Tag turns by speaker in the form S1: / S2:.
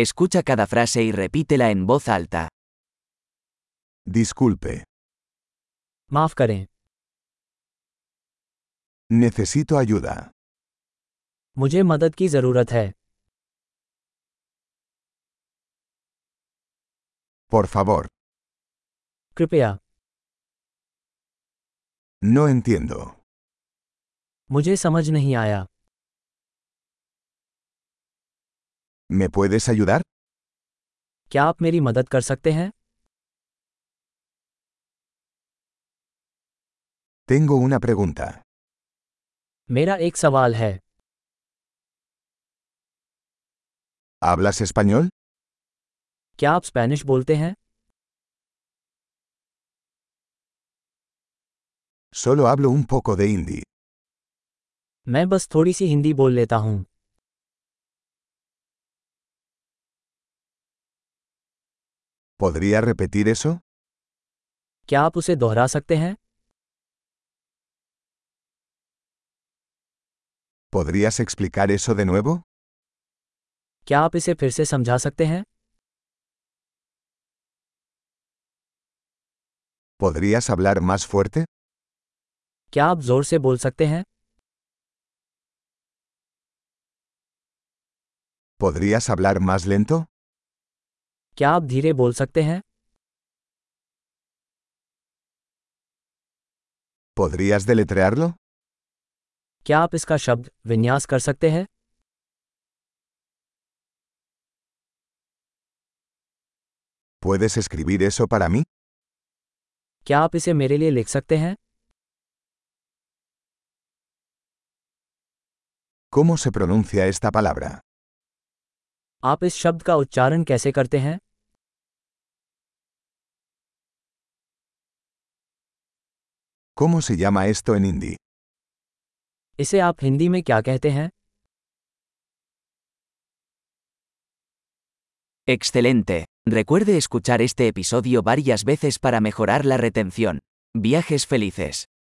S1: Escucha cada frase y repítela en voz alta.
S2: Disculpe,
S3: माफ करें
S2: necesito ayuda.
S3: मुझे मदद की जरूरत है
S2: Por favor,
S3: कृपया
S2: no entiendo.
S3: मुझे समझ नहीं आया
S2: ¿Me puedes ayudar?
S3: क्या आप मेरी मदद कर सकते हैं
S2: Tengo una pregunta.
S3: मेरा एक सवाल है
S2: ¿Hablas español?
S3: क्या आप स्पेनिश बोलते हैं
S2: Solo hablo un poco de hindi.
S3: मैं बस थोड़ी सी हिंदी बोल लेता हूँ
S2: ¿Podría repetir eso?
S3: क्या आप उसे दोहरा सकते हैं
S2: ¿Podrías explicar eso de nuevo?
S3: क्या आप इसे फिर से समझा सकते हैं
S2: ¿Podrías hablar más fuerte?
S3: क्या आप जोर से बोल सकते हैं
S2: ¿Podrías hablar más lento?
S3: क्या आप धीरे बोल सकते हैं
S2: ¿Podrías deletrearlo?
S3: क्या आप इसका शब्द विन्यास कर सकते हैं
S2: ¿Puedes escribir eso para mí?
S3: क्या आप इसे मेरे लिए लिख सकते हैं
S2: ¿Cómo se pronuncia esta palabra?
S3: आप इस शब्द का उच्चारण कैसे करते हैं
S2: ¿Cómo se llama esto en hindi?
S3: इसे आप हिंदी में क्या कहते हैं
S1: Excelente. Recuerde escuchar este episodio varias veces para mejorar la retención. Viajes felices.